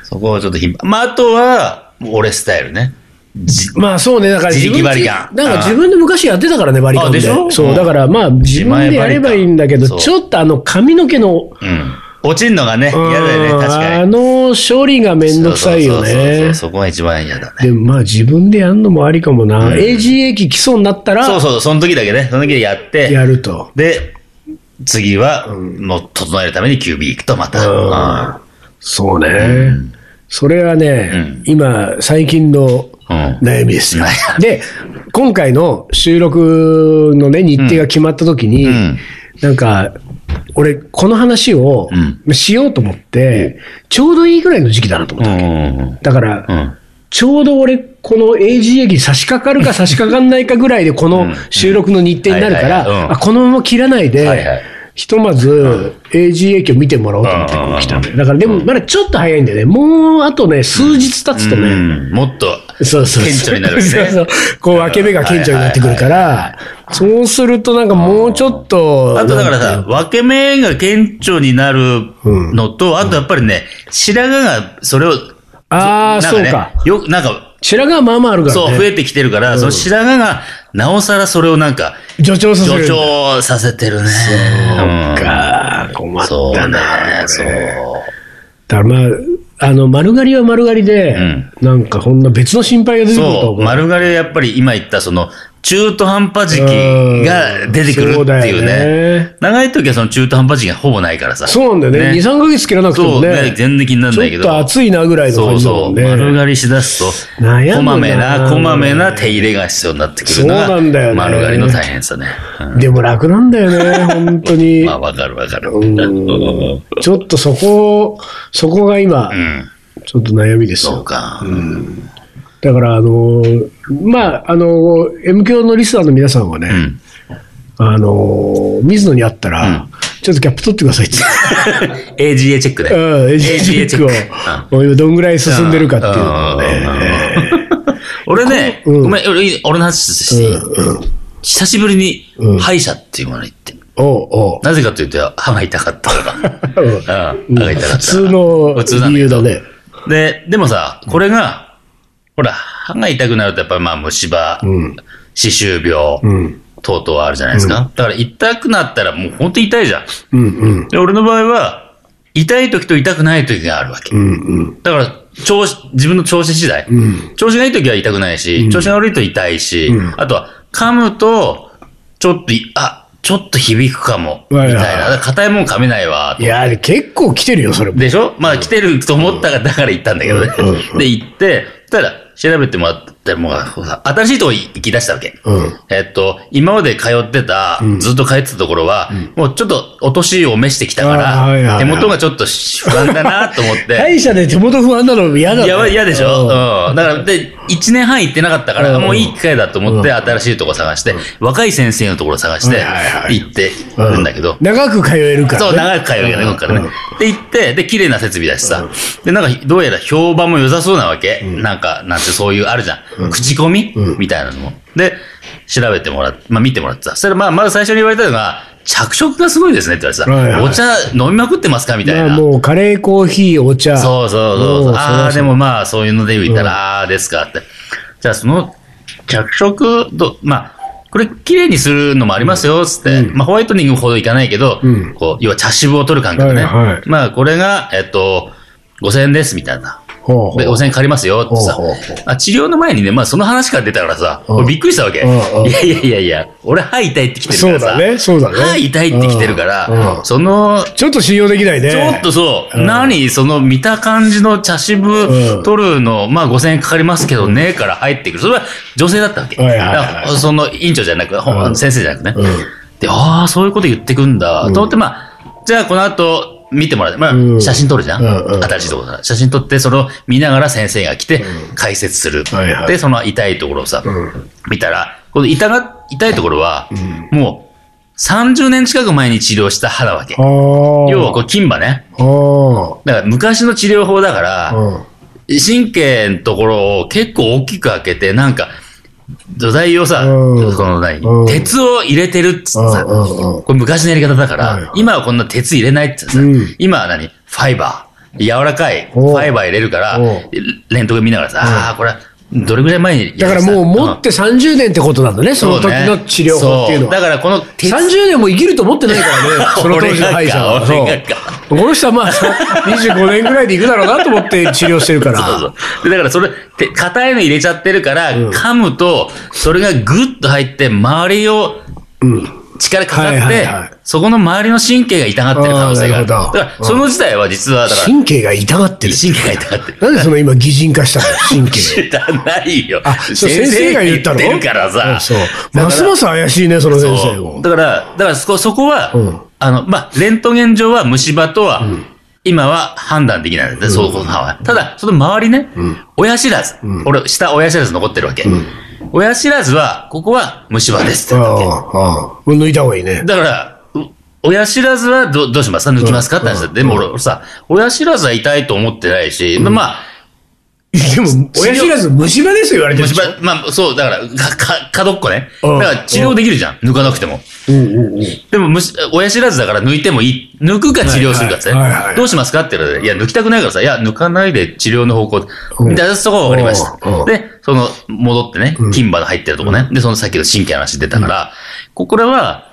Speaker 2: そこはちょっと頻繁。まあ、あとは、俺スタイルね。じ
Speaker 1: まあそうね、だから自分で
Speaker 2: 自力バリカン
Speaker 1: なんか自分で昔やってたからね、バリカン
Speaker 2: あでしょ
Speaker 1: そうう、
Speaker 2: ん
Speaker 1: だからまあ自分でやればいいんだけど、
Speaker 2: 自前バリカン
Speaker 1: ちょっとあの髪の毛の、
Speaker 2: うん。落ちんのがね、嫌だよね、確か
Speaker 1: あ
Speaker 2: に。
Speaker 1: の処理がめんどくさいよ
Speaker 2: そうそうそうそ
Speaker 1: ね
Speaker 2: う。そこが一番嫌だね。
Speaker 1: でもまあ自分でやるのもありかもな。AGA 機基礎になったら
Speaker 2: そうそう、その時だけね。その時でやって、
Speaker 1: やると。
Speaker 2: で、次は、もう整えるために QB 行くとまた。うん
Speaker 1: そうね。それはね、
Speaker 2: うん
Speaker 1: 今、最近の
Speaker 2: うん
Speaker 1: 悩みですよ。
Speaker 2: う
Speaker 1: で、今回の収録のね、日程が決まった時に、
Speaker 2: うん
Speaker 1: なんか、俺、この話を
Speaker 2: う
Speaker 1: しようと思って、ちょうどいいぐらいの時期だなと思っ
Speaker 2: う
Speaker 1: た。
Speaker 2: ん。
Speaker 1: だから、
Speaker 2: うん。
Speaker 1: ちょうど俺、この AG 駅差し掛かる か差し掛かんないかぐらいで、この収録の日程になるか
Speaker 2: はいはいはいうん
Speaker 1: ら、あこのまま切らないで、
Speaker 2: はいはい
Speaker 1: ひとまず AG 駅を見てもらおうと思ってこう来たんだよ。だからでも、まだちょっと早いんだよね。もうあとね、数日経つと
Speaker 2: う
Speaker 1: ね、
Speaker 2: んもっと、
Speaker 1: そうそうそう。
Speaker 2: 顕著になるわけ
Speaker 1: そう
Speaker 2: ね
Speaker 1: そう。こう、分け目が顕著になってくるから、そうするとなんかもうちょっと、
Speaker 2: あとだから
Speaker 1: なん
Speaker 2: さ
Speaker 1: て、
Speaker 2: 分け目が顕著になるのと、あとやっぱりね、白髪がそれを、
Speaker 1: あー
Speaker 2: なん
Speaker 1: そ
Speaker 2: ね
Speaker 1: うか。
Speaker 2: よく、なんか、
Speaker 1: 白髪はまあまああるからね。
Speaker 2: そう、増えてきてるから、その白髪が、なおさらそれをなんか、
Speaker 1: 助長させる。
Speaker 2: 助長させてるね。
Speaker 1: そうか、困
Speaker 2: うん。そう
Speaker 1: った
Speaker 2: ね
Speaker 1: な、。
Speaker 2: そう。
Speaker 1: だからまあ、あの、丸刈りは丸刈りで、
Speaker 2: ん
Speaker 1: なんかほんな別の心配が出てくると
Speaker 2: そ
Speaker 1: 思
Speaker 2: う、
Speaker 1: う。
Speaker 2: 丸刈りはやっぱり今言ったその、中途半端時期が出てく
Speaker 1: う
Speaker 2: るっていう
Speaker 1: んそうだよ
Speaker 2: ね
Speaker 1: ね。
Speaker 2: 長い時はその中途半端時期がほぼないからさ。
Speaker 1: そうなんだよね。
Speaker 2: ね
Speaker 1: 2、3ヶ月切らなくて
Speaker 2: そ
Speaker 1: も
Speaker 2: う
Speaker 1: ね。
Speaker 2: ね、全然気にならない
Speaker 1: ち
Speaker 2: け
Speaker 1: ょっ
Speaker 2: ど。
Speaker 1: と暑いなぐらいの
Speaker 2: そ
Speaker 1: 感
Speaker 2: う
Speaker 1: じだも
Speaker 2: そ
Speaker 1: ん
Speaker 2: う。丸
Speaker 1: ね。
Speaker 2: 刈りしだすと、
Speaker 1: 悩むな
Speaker 2: こまめな、こまめな手入れが必要になってくるの
Speaker 1: そうなんだよ
Speaker 2: が、
Speaker 1: ね
Speaker 2: 丸刈りの大変さね。うん
Speaker 1: でも楽なんだよね、本当に
Speaker 2: ま。あ、わかるわかる。
Speaker 1: うんちょっとそこを、そこが今
Speaker 2: う、ん。
Speaker 1: ちょっと悩みです
Speaker 2: そう
Speaker 1: よ。
Speaker 2: か。
Speaker 1: だから、あのー、まあ、あのー、M 教のリスナーの皆さんはね、
Speaker 2: うん
Speaker 1: あのー、水野に会ったら、
Speaker 2: うん
Speaker 1: ちょっとギャップ取ってくださいって。
Speaker 2: AGA チェック
Speaker 1: う
Speaker 2: で。
Speaker 1: ん、
Speaker 2: AGA
Speaker 1: AGA チェックを、今どんぐらい進んでるかっていうのをね。
Speaker 2: 俺ね、
Speaker 1: うん
Speaker 2: ごめん、俺俺の話していい、久しぶり
Speaker 1: うん
Speaker 2: に歯医者っていうものに行って。
Speaker 1: おうおう
Speaker 2: なぜかというと、歯が痛かった から。
Speaker 1: うん
Speaker 2: うん、歯が痛かっ
Speaker 1: 普
Speaker 2: た。
Speaker 1: 通の
Speaker 2: 普通なんだけど
Speaker 1: 理由だね。
Speaker 2: で、でもさ、これが、ほら、歯が痛くなるとやっぱりまあ虫歯、
Speaker 1: うん。
Speaker 2: 歯周病、
Speaker 1: うん。
Speaker 2: 等々あるじゃないですか。だから痛くなったらもう本当に痛いじゃん。
Speaker 1: うんうん。
Speaker 2: で、俺の場合は、痛い時と痛くない時があるわけ。
Speaker 1: うんうん。
Speaker 2: だから、調子、自分の調子次第。
Speaker 1: ん
Speaker 2: 調子がいい時は痛くないし、調子が悪いと痛いし、あとは、噛むと、ちょっとい、あ、ちょっと響くかも、み
Speaker 1: はい
Speaker 2: た
Speaker 1: はいい
Speaker 2: な。だから硬いもん噛めないわ、
Speaker 1: いや、結構来てるよ、それも。
Speaker 2: でしょまあ来てると思ったから、だから行ったんだけどね
Speaker 1: うんうん。
Speaker 2: で、行って、そしたら、調べてもらって、もうさ、新しいとこ行き出したわけ。
Speaker 1: うん。
Speaker 2: えっと、今まで通ってた、ずっと通ってたところは、もうちょっとお年を召してきたか
Speaker 1: あーはいはい
Speaker 2: ら、
Speaker 1: は
Speaker 2: 手
Speaker 1: い
Speaker 2: 元がちょっと不安だなと思 って。
Speaker 1: 歯医者で手元不安なの嫌だね。
Speaker 2: やばい、嫌でし
Speaker 1: う
Speaker 2: ょうんん。だから、で、1年半行ってなかったか
Speaker 1: うん
Speaker 2: ら、
Speaker 1: うん
Speaker 2: もういい機会だと思って、新しいとこ探して、若い先生のところ探して
Speaker 1: はいはい、はい
Speaker 2: 行ってるんだけど、
Speaker 1: 長く通えるからね。
Speaker 2: そう、長く通うけどね、こっからね。で、行って、で、綺麗な設備だしさ。で、なんか、どうやら評判も良さそうなわけ。なんか、なんてそういう、あるじゃん。口コミみたいなのも。で、調べてもらって、まあ見てもらってさ。そしたら、まあ、まず最初に言われたのが、着色がすごいですねって言わ
Speaker 1: は
Speaker 2: れ
Speaker 1: い
Speaker 2: て
Speaker 1: は
Speaker 2: さ。
Speaker 1: い
Speaker 2: お茶飲みまくってますかみたい
Speaker 1: まあ
Speaker 2: な。
Speaker 1: もう、カレー、コーヒー、お茶。
Speaker 2: そうそうそう
Speaker 1: う
Speaker 2: そ
Speaker 1: ん
Speaker 2: う。あ
Speaker 1: そうそ
Speaker 2: あ、
Speaker 1: う
Speaker 2: でもまあ、そういうので言ったら、ああー、ですかって。じゃあ、その、着色ど、まあ、これ、綺麗にするのもありますよ、つって。まあ、ホワイトニングほどいかないけど、
Speaker 1: ん
Speaker 2: こう、要は茶渋を取る感覚ね。
Speaker 1: はいはい
Speaker 2: まあ、これが、えっと、5000円です、みたいな。
Speaker 1: ほうほう
Speaker 2: で、5000円借りますよ、ってさ
Speaker 1: ほうほうほう。
Speaker 2: あ治療の前にね、まあ、その話から出たからさ、
Speaker 1: うん
Speaker 2: 俺びっくりしたわけ。い
Speaker 1: うんうん
Speaker 2: やいやいやいや、俺、歯痛いってきてるか
Speaker 1: そう
Speaker 2: らさ。
Speaker 1: だねそうだね
Speaker 2: 歯痛いってきてるか
Speaker 1: うんう
Speaker 2: ら、
Speaker 1: ん
Speaker 2: その、
Speaker 1: ちょっと信用できないね。
Speaker 2: ちょっとそう、
Speaker 1: うん
Speaker 2: 何その見た感じの茶
Speaker 1: う
Speaker 2: 渋
Speaker 1: ん
Speaker 2: 取るの、まあ5000円かかりますけどね、から入ってくる。それは女性だったわけ。
Speaker 1: はいはいはい
Speaker 2: だからその院長じゃなく、ほ
Speaker 1: うん
Speaker 2: 先生じゃなくね。
Speaker 1: うん
Speaker 2: で、ああ、そういうこと言ってくんだ、と思って、まあ、じゃあこの後、見てもらって、
Speaker 1: う
Speaker 2: まあ、
Speaker 1: ん
Speaker 2: 写真撮るじゃん、
Speaker 1: うんうん
Speaker 2: 新しいところだから。写真撮って、それを見ながら先生が来て、解説する、
Speaker 1: はいはい
Speaker 2: で、その痛いところをさ、
Speaker 1: ん
Speaker 2: 見たら、この痛が、痛いところは、もう30年近く前に治療した歯なわけ。
Speaker 1: あー
Speaker 2: 要はこう、金歯ね。
Speaker 1: あ
Speaker 2: だから昔の治療法だから、
Speaker 1: ー。うん。
Speaker 2: 神経のところを結構大きく開けて、なんか、土台をさ、
Speaker 1: うん
Speaker 2: その何、
Speaker 1: うん
Speaker 2: 鉄を入れてるっつってさ、
Speaker 1: うんうんうん
Speaker 2: これ昔のやり方だから、
Speaker 1: はいはい
Speaker 2: 今はこんな鉄入れないっつってさ、
Speaker 1: うん
Speaker 2: 今は何ファイバー。柔らかい、フ
Speaker 1: おう
Speaker 2: ァイバー入れるから
Speaker 1: おう、
Speaker 2: レントゲン見ながらさ、ああ、これ、どれぐらい前に
Speaker 1: だ
Speaker 2: や
Speaker 1: から
Speaker 2: りした
Speaker 1: もう持
Speaker 2: ん
Speaker 1: って30年ってことなんだね、その時の治療法っていうの
Speaker 2: そだ
Speaker 1: は。
Speaker 2: からこの鉄
Speaker 1: 30年も生きると思ってない からね、その当時の歯医者は。
Speaker 2: 俺
Speaker 1: そ
Speaker 2: が
Speaker 1: う
Speaker 2: か俺がか
Speaker 1: この人はまあ、そう25年ぐらいで行くだろうなと思って治療してるから。
Speaker 2: そうそうそう。でだからそれ、て硬いの入れちゃってるから、噛むと、それがグッと入って、周りを、力かかって、
Speaker 1: はいはいはい
Speaker 2: そこの周りの神経が痛がってる可能性がある。
Speaker 1: あーなる
Speaker 2: だ
Speaker 1: ほ
Speaker 2: か
Speaker 1: ど
Speaker 2: ら、その自体は実は、だ から、
Speaker 1: 神経が痛がってる。
Speaker 2: 神経が痛がってる。
Speaker 1: なんでその今擬人化したの神 経。
Speaker 2: 知らないよ。
Speaker 1: あ、そう先生が言ったの
Speaker 2: 先生が言ってるからさ。
Speaker 1: あそう
Speaker 2: だ。から
Speaker 1: ますます怪しいね、その先
Speaker 2: そう
Speaker 1: 生を。
Speaker 2: だから、だからそこ、そこは、
Speaker 1: うん
Speaker 2: あの、まあ、レントゲン上は虫歯とは、今は判断できないんですね、そこの歯は。ただ、その周りね、親知らず、俺、下親知らず残ってるわけ。親知らずは、ここは虫歯ですって言ったわけ
Speaker 1: ああ、ああ。抜いた方がいいね。
Speaker 2: だから、う親知らずはどどうしますか抜きますかって話だ。でも俺さ、親知らずは痛いと思ってないし、まあ、
Speaker 1: でも、親知らず虫歯ですよ、言われてる
Speaker 2: 虫
Speaker 1: でしょ。
Speaker 2: 歯、まあ、そう、だから、か、か、角っこね。だ
Speaker 1: う
Speaker 2: か
Speaker 1: ん
Speaker 2: ら治療できるじゃん。抜かなくても。
Speaker 1: うんうんうん。
Speaker 2: でも、むし、親知らずだから抜いてもいい。抜くか治療するかってね
Speaker 1: はいはいはいはい
Speaker 2: どうしますかって言われて、いや、抜きたくないからさ、いや、抜かないで治療の方向で
Speaker 1: うん。
Speaker 2: で、そこは分かりまし
Speaker 1: うんう
Speaker 2: た。
Speaker 1: ん
Speaker 2: で、その、戻ってね、金歯の入ってるとこね。で、そのさっきの神経の話出たから、ここれは、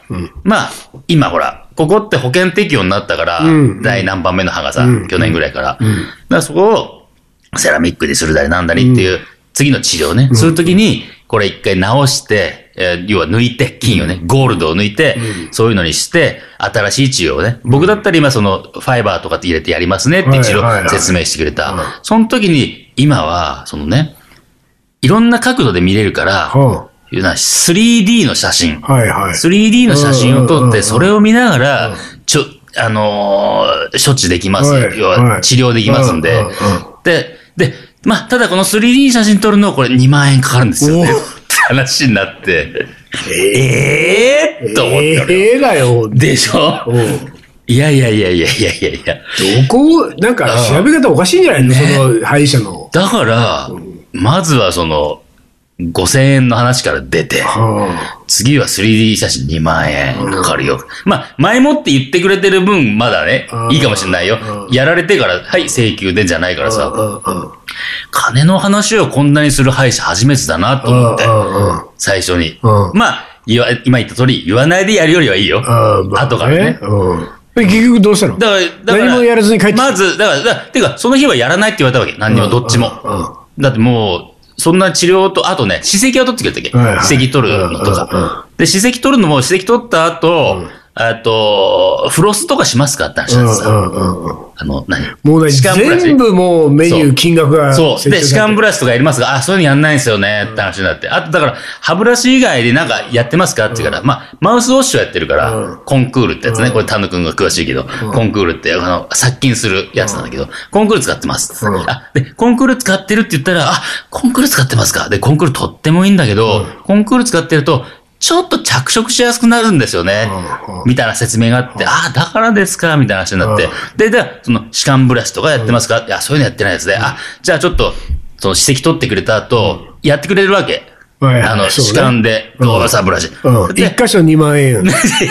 Speaker 2: まあ、今ほら、ここって保険適用になったから
Speaker 1: うん、
Speaker 2: 第何番目の歯がさ
Speaker 1: うん、
Speaker 2: 去年ぐらいから。だからそこを、セラミックにするだりなんだりっていう、次の治療ね。するときに、これ一回直して、えー要は抜いて、金をね、ゴールドを抜いて、そういうのにして、新しい治療をね。僕だったら今その、ファイバーとかって入れてやりますねって治
Speaker 1: はいはいは
Speaker 2: 療
Speaker 1: い
Speaker 2: 説明してくれ
Speaker 1: うん
Speaker 2: た。その時に、今は、そのね、いろんな角度で見れるから、
Speaker 1: は
Speaker 2: いうのは 3D の写真。
Speaker 1: あはいはい。
Speaker 2: 3D の写真
Speaker 1: う
Speaker 2: を
Speaker 1: んうん
Speaker 2: 撮
Speaker 1: う
Speaker 2: っ
Speaker 1: んう
Speaker 2: て、
Speaker 1: ん
Speaker 2: それを見ながら、ちょ、あのー処置できます。
Speaker 1: はい
Speaker 2: 要
Speaker 1: は
Speaker 2: はい治療できますん
Speaker 1: うん
Speaker 2: で
Speaker 1: うんうん。
Speaker 2: で、で、まあ、ただこの 3D 写真撮るの、これ2万円かかるんですよね。
Speaker 1: おお
Speaker 2: って話になって、
Speaker 1: え
Speaker 2: えーと思ったのよ
Speaker 1: ええだよ。
Speaker 2: でしょ
Speaker 1: うん
Speaker 2: いやいやいやいやいやいやいや。
Speaker 1: どこを、なんか調べ方おかしいんじゃないの、その歯医者の。
Speaker 2: だから、まずはその、5000円の話から出て、
Speaker 1: は
Speaker 2: 次は 3D 写真2万円かかるよ。まあ、前もって言ってくれてる分、まだね
Speaker 1: う、ん
Speaker 2: いいかもしれないよ。やられてから、はい、請求でじゃないから
Speaker 1: あ
Speaker 2: さ、
Speaker 1: うんうん
Speaker 2: 金の話をこんなにする歯医者初めてだなと思って
Speaker 1: うんうんうん、
Speaker 2: 最初に。
Speaker 1: うん
Speaker 2: まあ、言わ今言った通り、言わないでやるよりはいいよ。
Speaker 1: あーまあ
Speaker 2: 後からね。
Speaker 1: うんで結局どうしたの
Speaker 2: だから、だから
Speaker 1: 何もやらずに帰ってきた
Speaker 2: まず、だから、だからてか、その日はやらないって言われたわけ。何にも、どっちも。
Speaker 1: うんうんうん
Speaker 2: だってもう、そんな治療と、あとね、歯石を取ってくれたっけ、
Speaker 1: はいはい
Speaker 2: 歯石取るのと
Speaker 1: うんうん
Speaker 2: か。で、歯石取るのも、歯石取った後、あと、フロスとかしますかって話
Speaker 1: う
Speaker 2: なんんで
Speaker 1: う
Speaker 2: すよ。
Speaker 1: んうんうん
Speaker 2: あの、何
Speaker 1: もうね
Speaker 2: 歯間ブラシ
Speaker 1: 全部もうメニュ
Speaker 2: そ
Speaker 1: ー
Speaker 2: う
Speaker 1: 金額が
Speaker 2: そう。で、
Speaker 1: 設定され
Speaker 2: 歯
Speaker 1: て
Speaker 2: 間ブラシとかやりますが、あ、そういうのやんないんですよね、って話になって。あと、だから、歯ブラシ以外でなんかやってますかって言うから、まあ、マウスウォッシュをやってるから、
Speaker 1: うん
Speaker 2: コンクールってやつね。これ、丹野くんが詳しいけど、コンクールって、あの、殺菌するやつなんだけど、コンクール使ってます、
Speaker 1: うん
Speaker 2: あ、で、コンクール使ってるって言ったら、あ、コンクール使ってますかで、コンクールとってもいいんだけど、コンクール使ってると、ちょっと着色しやすくなるんですよね。
Speaker 1: うんうん
Speaker 2: みたいな説明があって、ああ、だからですか、みたいな話になって
Speaker 1: うん、
Speaker 2: で、じゃあ、その、歯間ブラシとかやってますか、いや、そういうのやってないですね。あ、じゃあちょっと、その、歯石取ってくれた後、やってくれるわけ。
Speaker 1: はい
Speaker 2: あの、
Speaker 1: そうね
Speaker 2: 歯間で、どうさ、ブラシ。
Speaker 1: うん
Speaker 2: で
Speaker 1: 一箇所2万円
Speaker 2: い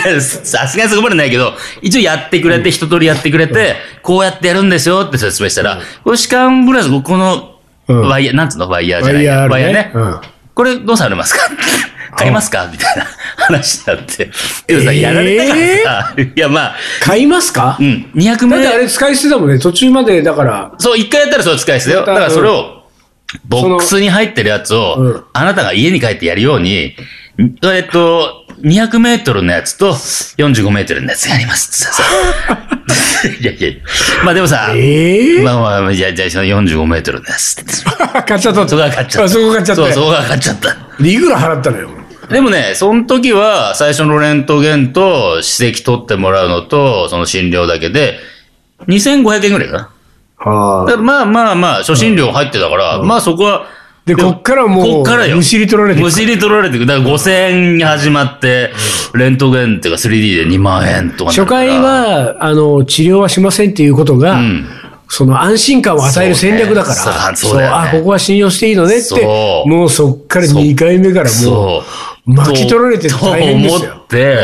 Speaker 2: やさすがにそこまでないけど、一応やってくれて、一通りやってくれて、こうやってやるんですよって説明したら、この歯間ブラシ、この、
Speaker 1: うん
Speaker 2: ワイヤー、なんつうのワイヤーじ
Speaker 1: ワ
Speaker 2: ゃない
Speaker 1: イ
Speaker 2: や
Speaker 1: ヤーある
Speaker 2: ワイヤーね
Speaker 1: ね。うん
Speaker 2: これどうさ れますか買いますかみたいな話になって。でもさ、
Speaker 1: えー
Speaker 2: やられたからさ、いやまあ、
Speaker 1: 買いますか
Speaker 2: うん、200
Speaker 1: だってあ
Speaker 2: 名。
Speaker 1: れ使い捨てだもんね途中までだから
Speaker 2: そう、一回やったらそれ使いですよ。だからそれを、ボックスに入ってるやつを、
Speaker 1: うん
Speaker 2: あなたが家に帰ってやるように、んえっと、200メートルのやつと45メートルのやつやりま すってさ。いやいや、まあでもさ、
Speaker 1: ええ
Speaker 2: まあまあまあ、じゃあ、じゃあ、その45メートルのやつって。そ
Speaker 1: 買っちゃった
Speaker 2: こが買っちゃった。
Speaker 1: あそこ買っちゃった
Speaker 2: そう、そこが買っちゃった。
Speaker 1: でいくら払ったのよ
Speaker 2: でもね、その時は、最初のレントゲンと、歯石取ってもらうのと、その診療だけで、2500円ぐらいかな。だ
Speaker 1: は
Speaker 2: からまあまあまあ、初診料入ってたから、まあそこは、
Speaker 1: で、こっからもう、
Speaker 2: こっからよ。
Speaker 1: むしり取られていく
Speaker 2: むしり取られていく。だから5000円に始まって、レントゲンっていうか 3D で2万円とかにな
Speaker 1: 初
Speaker 2: るから
Speaker 1: 回、は、あの、治療はしませんっていうことが、
Speaker 2: ん
Speaker 1: その安心感を与える戦略だから、
Speaker 2: そうねそうそうだよ
Speaker 1: あ、
Speaker 2: ね
Speaker 1: ここは信用していいのねっ
Speaker 2: そ
Speaker 1: て、
Speaker 2: う
Speaker 1: もうそっから
Speaker 2: そう
Speaker 1: 2回目からも
Speaker 2: そう。
Speaker 1: 巻き取られて大変ですよ
Speaker 2: と思って、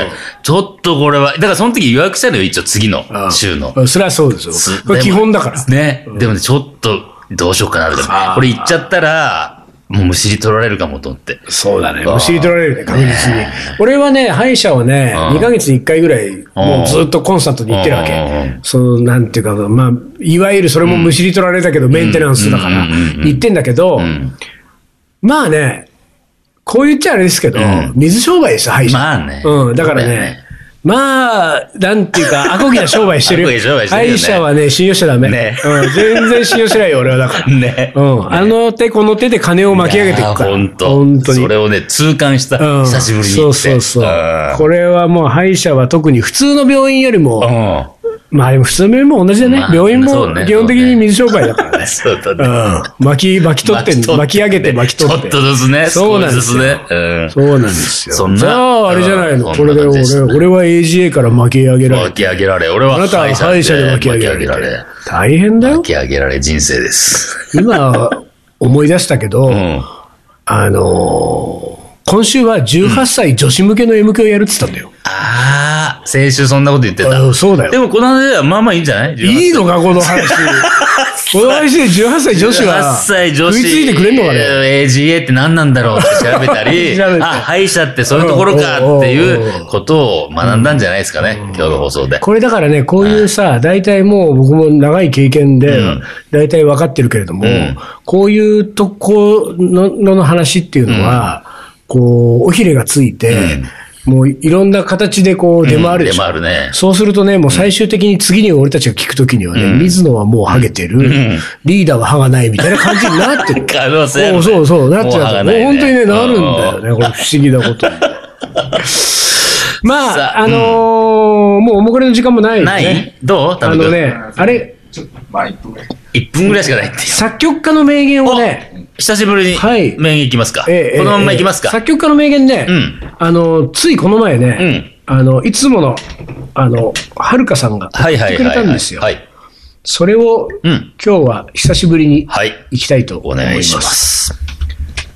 Speaker 2: ちょっとこれは、だからその時予約したのよ、一応次の週の。
Speaker 1: う、それはそうですよ
Speaker 2: す。
Speaker 1: これ
Speaker 2: で
Speaker 1: 基
Speaker 2: も
Speaker 1: 本だから。
Speaker 2: ね。でもね、ちょっと、どうしようかな、でも
Speaker 1: はあ
Speaker 2: これ言っちゃったら、もうむしり取られるかもと思って。
Speaker 1: そうだね。
Speaker 2: あー
Speaker 1: むしり取られるね、確実に。俺はね、歯医者はね、
Speaker 2: うん
Speaker 1: 2ヶ月に1回ぐらい、もうずっとコンスタントに行ってるわ
Speaker 2: う
Speaker 1: け。その、なんていうか、まあ、いわゆるそれもむしり取られたけど、メンテナンスだから
Speaker 2: うんうんうんう、ん
Speaker 1: 行ってんだけど、
Speaker 2: ん
Speaker 1: まあね、こう言っちゃあれですけど
Speaker 2: ん、
Speaker 1: 水商売ですよ、歯医者。
Speaker 2: まあね
Speaker 1: うん、だから
Speaker 2: そうだよ
Speaker 1: ね
Speaker 2: ね。
Speaker 1: まあ、なんていう か、アコギな商売してるよ。
Speaker 2: アコギな商売して
Speaker 1: 歯
Speaker 2: るよね
Speaker 1: 医者はね、信用しちゃダメ。
Speaker 2: ね
Speaker 1: うん、全然信用しないよ、俺はだから。
Speaker 2: ね。
Speaker 1: うん。あの手この手で金を巻き上げていくから。
Speaker 2: 本当
Speaker 1: 本当に。
Speaker 2: それをね、痛感した。
Speaker 1: うん
Speaker 2: 久しぶりに
Speaker 1: そ
Speaker 2: 行って。
Speaker 1: うそうそう。これはもう歯医者は特に普通の病院より
Speaker 2: う
Speaker 1: も、
Speaker 2: ん。
Speaker 1: まあでも普通の病院も同じだね
Speaker 2: ま。あ
Speaker 1: 病院
Speaker 2: そ
Speaker 1: も
Speaker 2: うね
Speaker 1: 基本的に水商売だからね。
Speaker 2: そうだ
Speaker 1: う
Speaker 2: ね。
Speaker 1: ん。巻き、巻き取ってんの、巻き上げて巻き取って。
Speaker 2: ちょっとずつね。
Speaker 1: そうなんで
Speaker 2: 少
Speaker 1: す
Speaker 2: しずつ
Speaker 1: よ
Speaker 2: ね。うん
Speaker 1: そうなんですよ。
Speaker 2: そんな
Speaker 1: じゃあ、あれじゃないの。
Speaker 2: うん
Speaker 1: これで俺
Speaker 2: そんな感じですね
Speaker 1: 俺は AGA から巻き上げられ
Speaker 2: 巻
Speaker 1: て。
Speaker 2: き上げられ。俺は
Speaker 1: あなたは歯医者で巻き上げら
Speaker 2: 巻
Speaker 1: れ
Speaker 2: き上げら
Speaker 1: て。大変だよ
Speaker 2: 巻。き上げられ人生です。
Speaker 1: 今、思い出したけど、
Speaker 2: うん。
Speaker 1: あのー今週は18歳女子向けの M 響やるって言ったんだよ。
Speaker 2: ああ、先週そんなこと言って
Speaker 1: あ
Speaker 2: た。
Speaker 1: そうだよ
Speaker 2: でもこの話はまあまあいいんじゃない
Speaker 1: いいのか、この 話。この話で18歳女子は
Speaker 2: 18歳女子。
Speaker 1: 食いついてくれんのかね。
Speaker 2: えー ?AGA って何なんだろうって調べたり、
Speaker 1: 調べて
Speaker 2: あ、歯医者ってそういうところかって
Speaker 1: おうおうおう
Speaker 2: い
Speaker 1: おう
Speaker 2: うことを学んだんじゃないですかね。今日の放送で。
Speaker 1: これだからね、こういうさ、大体もう僕も長い経験で
Speaker 2: ん、
Speaker 1: 大体分かってるけれども
Speaker 2: ん、
Speaker 1: こういうとこののの話っていうのは、こう、尾ひれがついて、もういろんな形でこう出回るでしょ
Speaker 2: うん出回るね
Speaker 1: そうするとね、もう最終的に次に俺たちが聞くときにはね、水野はもうハゲてる、リーダーは歯がないみたいな感じになってる。
Speaker 2: 可能性ある
Speaker 1: そ
Speaker 2: ね
Speaker 1: うそうそう、なっち
Speaker 2: もう
Speaker 1: ゃ
Speaker 2: 歯
Speaker 1: う。
Speaker 2: が
Speaker 1: も
Speaker 2: な
Speaker 1: う
Speaker 2: いね
Speaker 1: 本当にね、なるんだよね、これ不思議なこと に。ま
Speaker 2: さ
Speaker 1: あ、
Speaker 2: あ
Speaker 1: あのーもうおもくれの時間もないよね。
Speaker 2: ないどう田
Speaker 1: あ
Speaker 2: 辺
Speaker 1: の
Speaker 2: 君
Speaker 1: ね、あれ、
Speaker 2: 1分ぐらいしかないって。
Speaker 1: 作曲家の名言をね、
Speaker 2: お久しぶりに、
Speaker 1: はい
Speaker 2: 面行きますか。
Speaker 1: ええ
Speaker 2: このまんま
Speaker 1: ええ
Speaker 2: 行きますか。
Speaker 1: 作曲家の名言ね、
Speaker 2: うん
Speaker 1: あの、ついこの前ね、あの、いつもの、あの、はるかさんが
Speaker 2: はい
Speaker 1: 言
Speaker 2: は
Speaker 1: って
Speaker 2: い
Speaker 1: くれ
Speaker 2: はい
Speaker 1: た
Speaker 2: はい。
Speaker 1: んですよ。
Speaker 2: はい。
Speaker 1: それを、
Speaker 2: うん。
Speaker 1: 今日は久しぶりに
Speaker 2: はい。
Speaker 1: 行きたいと
Speaker 2: お
Speaker 1: 思います。
Speaker 2: 願いします。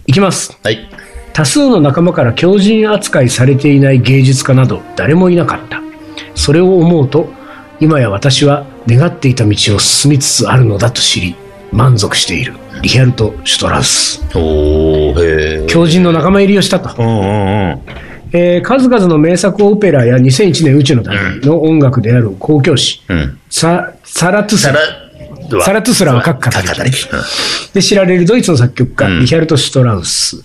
Speaker 1: いきます。
Speaker 2: はい。
Speaker 1: 多数の仲間から狂人扱いされていない芸術家など誰もいなかったそれを思うと今や私は願っていた道を進みつつあるのだと知り満足しているリヒャルト・シュトラウス
Speaker 2: おー、へー。
Speaker 1: 狂人の仲間入りをしたと、
Speaker 2: うんうんうん。
Speaker 1: えー数々の名作オペラや2001年宇宙の旅の音楽である公共誌
Speaker 2: うん。
Speaker 1: ササラトゥス
Speaker 2: サラ
Speaker 1: ラ、サラトゥスラは各
Speaker 2: 各
Speaker 1: 方
Speaker 2: 語り。うん
Speaker 1: で知られるドイツの作曲家、
Speaker 2: うん
Speaker 1: リヒャルト・シュトラウス。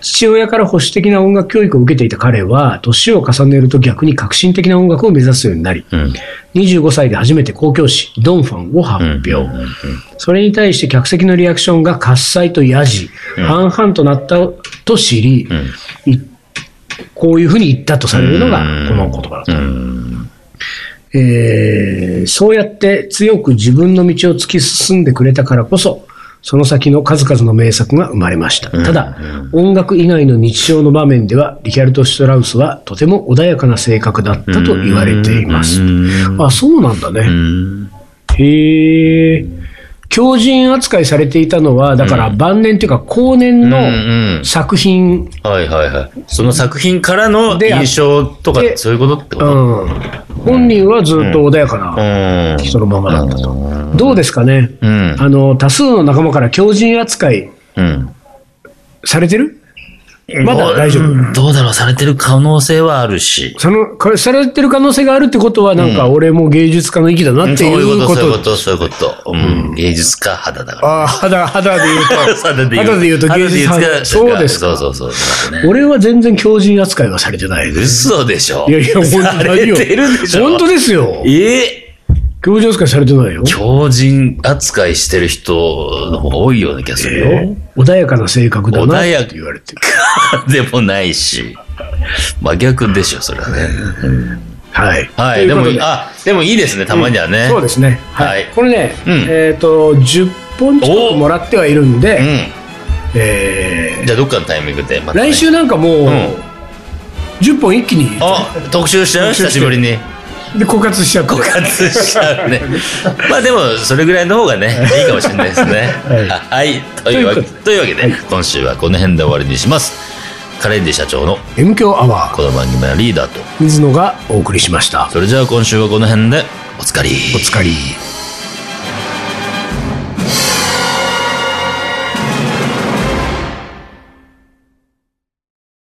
Speaker 1: 父親から保守的な音楽教育を受けていた彼は、年を重ねると逆に革新的な音楽を目指すようになり、
Speaker 2: うん
Speaker 1: 25歳で初めて公共誌、ドンファンを発表。
Speaker 2: うんうんうん
Speaker 1: それに対して客席のリアクションが喝采とヤジ、半々となったと知り、いこういうふうに言ったとされるのがこの言葉だと。えーそうやって強く自分の道を突き進んでくれたからこそ、その先の数々の名作が生まれました。ただ、音楽以外の日常の場面では、リヒャルト・シュトラウスはとても穏やかな性格だったと言われています。あ、そうなんだね。へえ。狂人扱いされていたのは、だから晩年というか後年
Speaker 2: うんう
Speaker 1: の
Speaker 2: ん
Speaker 1: 作品、
Speaker 2: はいはいはい。その作品からの
Speaker 1: で
Speaker 2: 印象とか
Speaker 1: で、
Speaker 2: そういうことって
Speaker 1: う
Speaker 2: こと
Speaker 1: ん、本人はずっと穏やか
Speaker 2: う。
Speaker 1: なん人のままだったと。
Speaker 2: うん
Speaker 1: どうですかね
Speaker 2: うん。
Speaker 1: あの、多数の仲間から狂人扱い
Speaker 2: うん。
Speaker 1: されてるまだ
Speaker 2: どう
Speaker 1: 大丈夫
Speaker 2: うんどうだろうされてる可能性はあるし。
Speaker 1: その、かされてる可能性があるってことは、なんか、俺も芸術家の域だなって
Speaker 2: そうい
Speaker 1: いうう
Speaker 2: こ、
Speaker 1: こと
Speaker 2: そういう
Speaker 1: と
Speaker 2: こ。と、そういうこと。うん。芸術家肌だから。
Speaker 1: ああ、肌、肌で言う
Speaker 2: 肌
Speaker 1: と。肌で言うと
Speaker 2: 肌
Speaker 1: 芸
Speaker 2: で
Speaker 1: 術
Speaker 2: 言うと
Speaker 1: 家。そうですか。
Speaker 2: そうそうそう。だからね
Speaker 1: 俺は全然狂人扱いはされてないです。
Speaker 2: 嘘でしょ。
Speaker 1: いやいや、本
Speaker 2: さ
Speaker 1: 当ない
Speaker 2: れ
Speaker 1: よ
Speaker 2: てるでし。ょ。
Speaker 1: 本当ですよ。
Speaker 2: ええ
Speaker 1: 狂人扱いされてないよ。
Speaker 2: 狂人扱いしてる人の方が多いような気がするよ。
Speaker 1: 穏やかな性格だな。
Speaker 2: 穏やか言われてる。 でもないし。真逆でしょ、それはね。
Speaker 1: はい。
Speaker 2: はい、
Speaker 1: と
Speaker 2: で
Speaker 1: うこ
Speaker 2: も
Speaker 1: と、
Speaker 2: あ、でもいいですね、たまにはね。
Speaker 1: そうですね。は
Speaker 2: はい
Speaker 1: い。これね
Speaker 2: うん、
Speaker 1: えっと、10本近くもらってはいるんで、
Speaker 2: うん。
Speaker 1: え
Speaker 2: じゃあどっかのタイミングでま
Speaker 1: ー
Speaker 2: たね、
Speaker 1: 来週なんかもう、
Speaker 2: ん
Speaker 1: 10本一気に
Speaker 2: あ特集しちゃ
Speaker 1: 特
Speaker 2: う
Speaker 1: 集
Speaker 2: 久
Speaker 1: して
Speaker 2: しぶりに
Speaker 1: で枯渇しちゃって
Speaker 2: 枯渇しちゃうねまあでもそれぐらいの方がねいいかもしれないですね
Speaker 1: はい
Speaker 2: はい、というわけというわけで、今週はこの辺で終わりにしますカレンディ社長の
Speaker 1: M 強アワー
Speaker 2: この番組はリーダーと
Speaker 1: 水野がお送りしました
Speaker 2: それじゃあ今週はこの辺でおつかり
Speaker 1: お疲れ